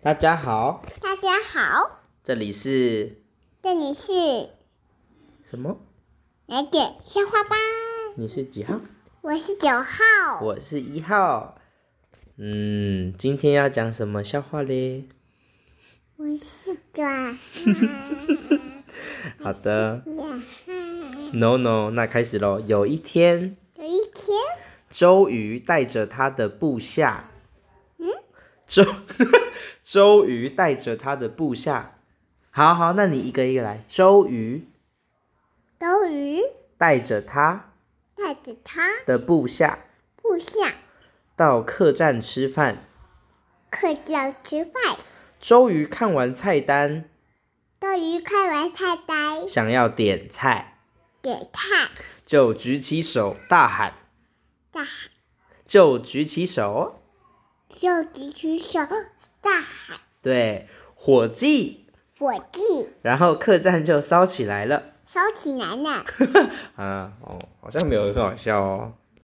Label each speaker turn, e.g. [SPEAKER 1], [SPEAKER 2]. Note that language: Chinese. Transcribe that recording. [SPEAKER 1] 大家好，
[SPEAKER 2] 大家好，
[SPEAKER 1] 这里是
[SPEAKER 2] 这里是
[SPEAKER 1] 什么？
[SPEAKER 2] 来点鲜花吧，
[SPEAKER 1] 你是几号？
[SPEAKER 2] 我是九号。
[SPEAKER 1] 我是一号。嗯，今天要讲什么笑话嘞？
[SPEAKER 2] 我是短发。
[SPEAKER 1] 好的
[SPEAKER 2] 呀
[SPEAKER 1] ，No No，那开始喽。有一天，
[SPEAKER 2] 有一天，
[SPEAKER 1] 周瑜带着他的部下，嗯周 周瑜带着他的部下，好好，那你一个一个来。周瑜
[SPEAKER 2] 周瑜
[SPEAKER 1] 带着他
[SPEAKER 2] 带着他
[SPEAKER 1] 的部下
[SPEAKER 2] 部下
[SPEAKER 1] 到客栈吃饭。
[SPEAKER 2] 客教之外，
[SPEAKER 1] 周瑜看完菜单，
[SPEAKER 2] 周瑜看完菜单
[SPEAKER 1] 想要点菜，
[SPEAKER 2] 点菜，
[SPEAKER 1] 就举起手大喊，
[SPEAKER 2] 大
[SPEAKER 1] 就举起手。
[SPEAKER 2] 就举起手大喊
[SPEAKER 1] 对，火计，：“
[SPEAKER 2] 火计
[SPEAKER 1] 然后客栈就烧起来了。
[SPEAKER 2] 烧起来了！
[SPEAKER 1] 啊，哦，好像没有很好笑哦。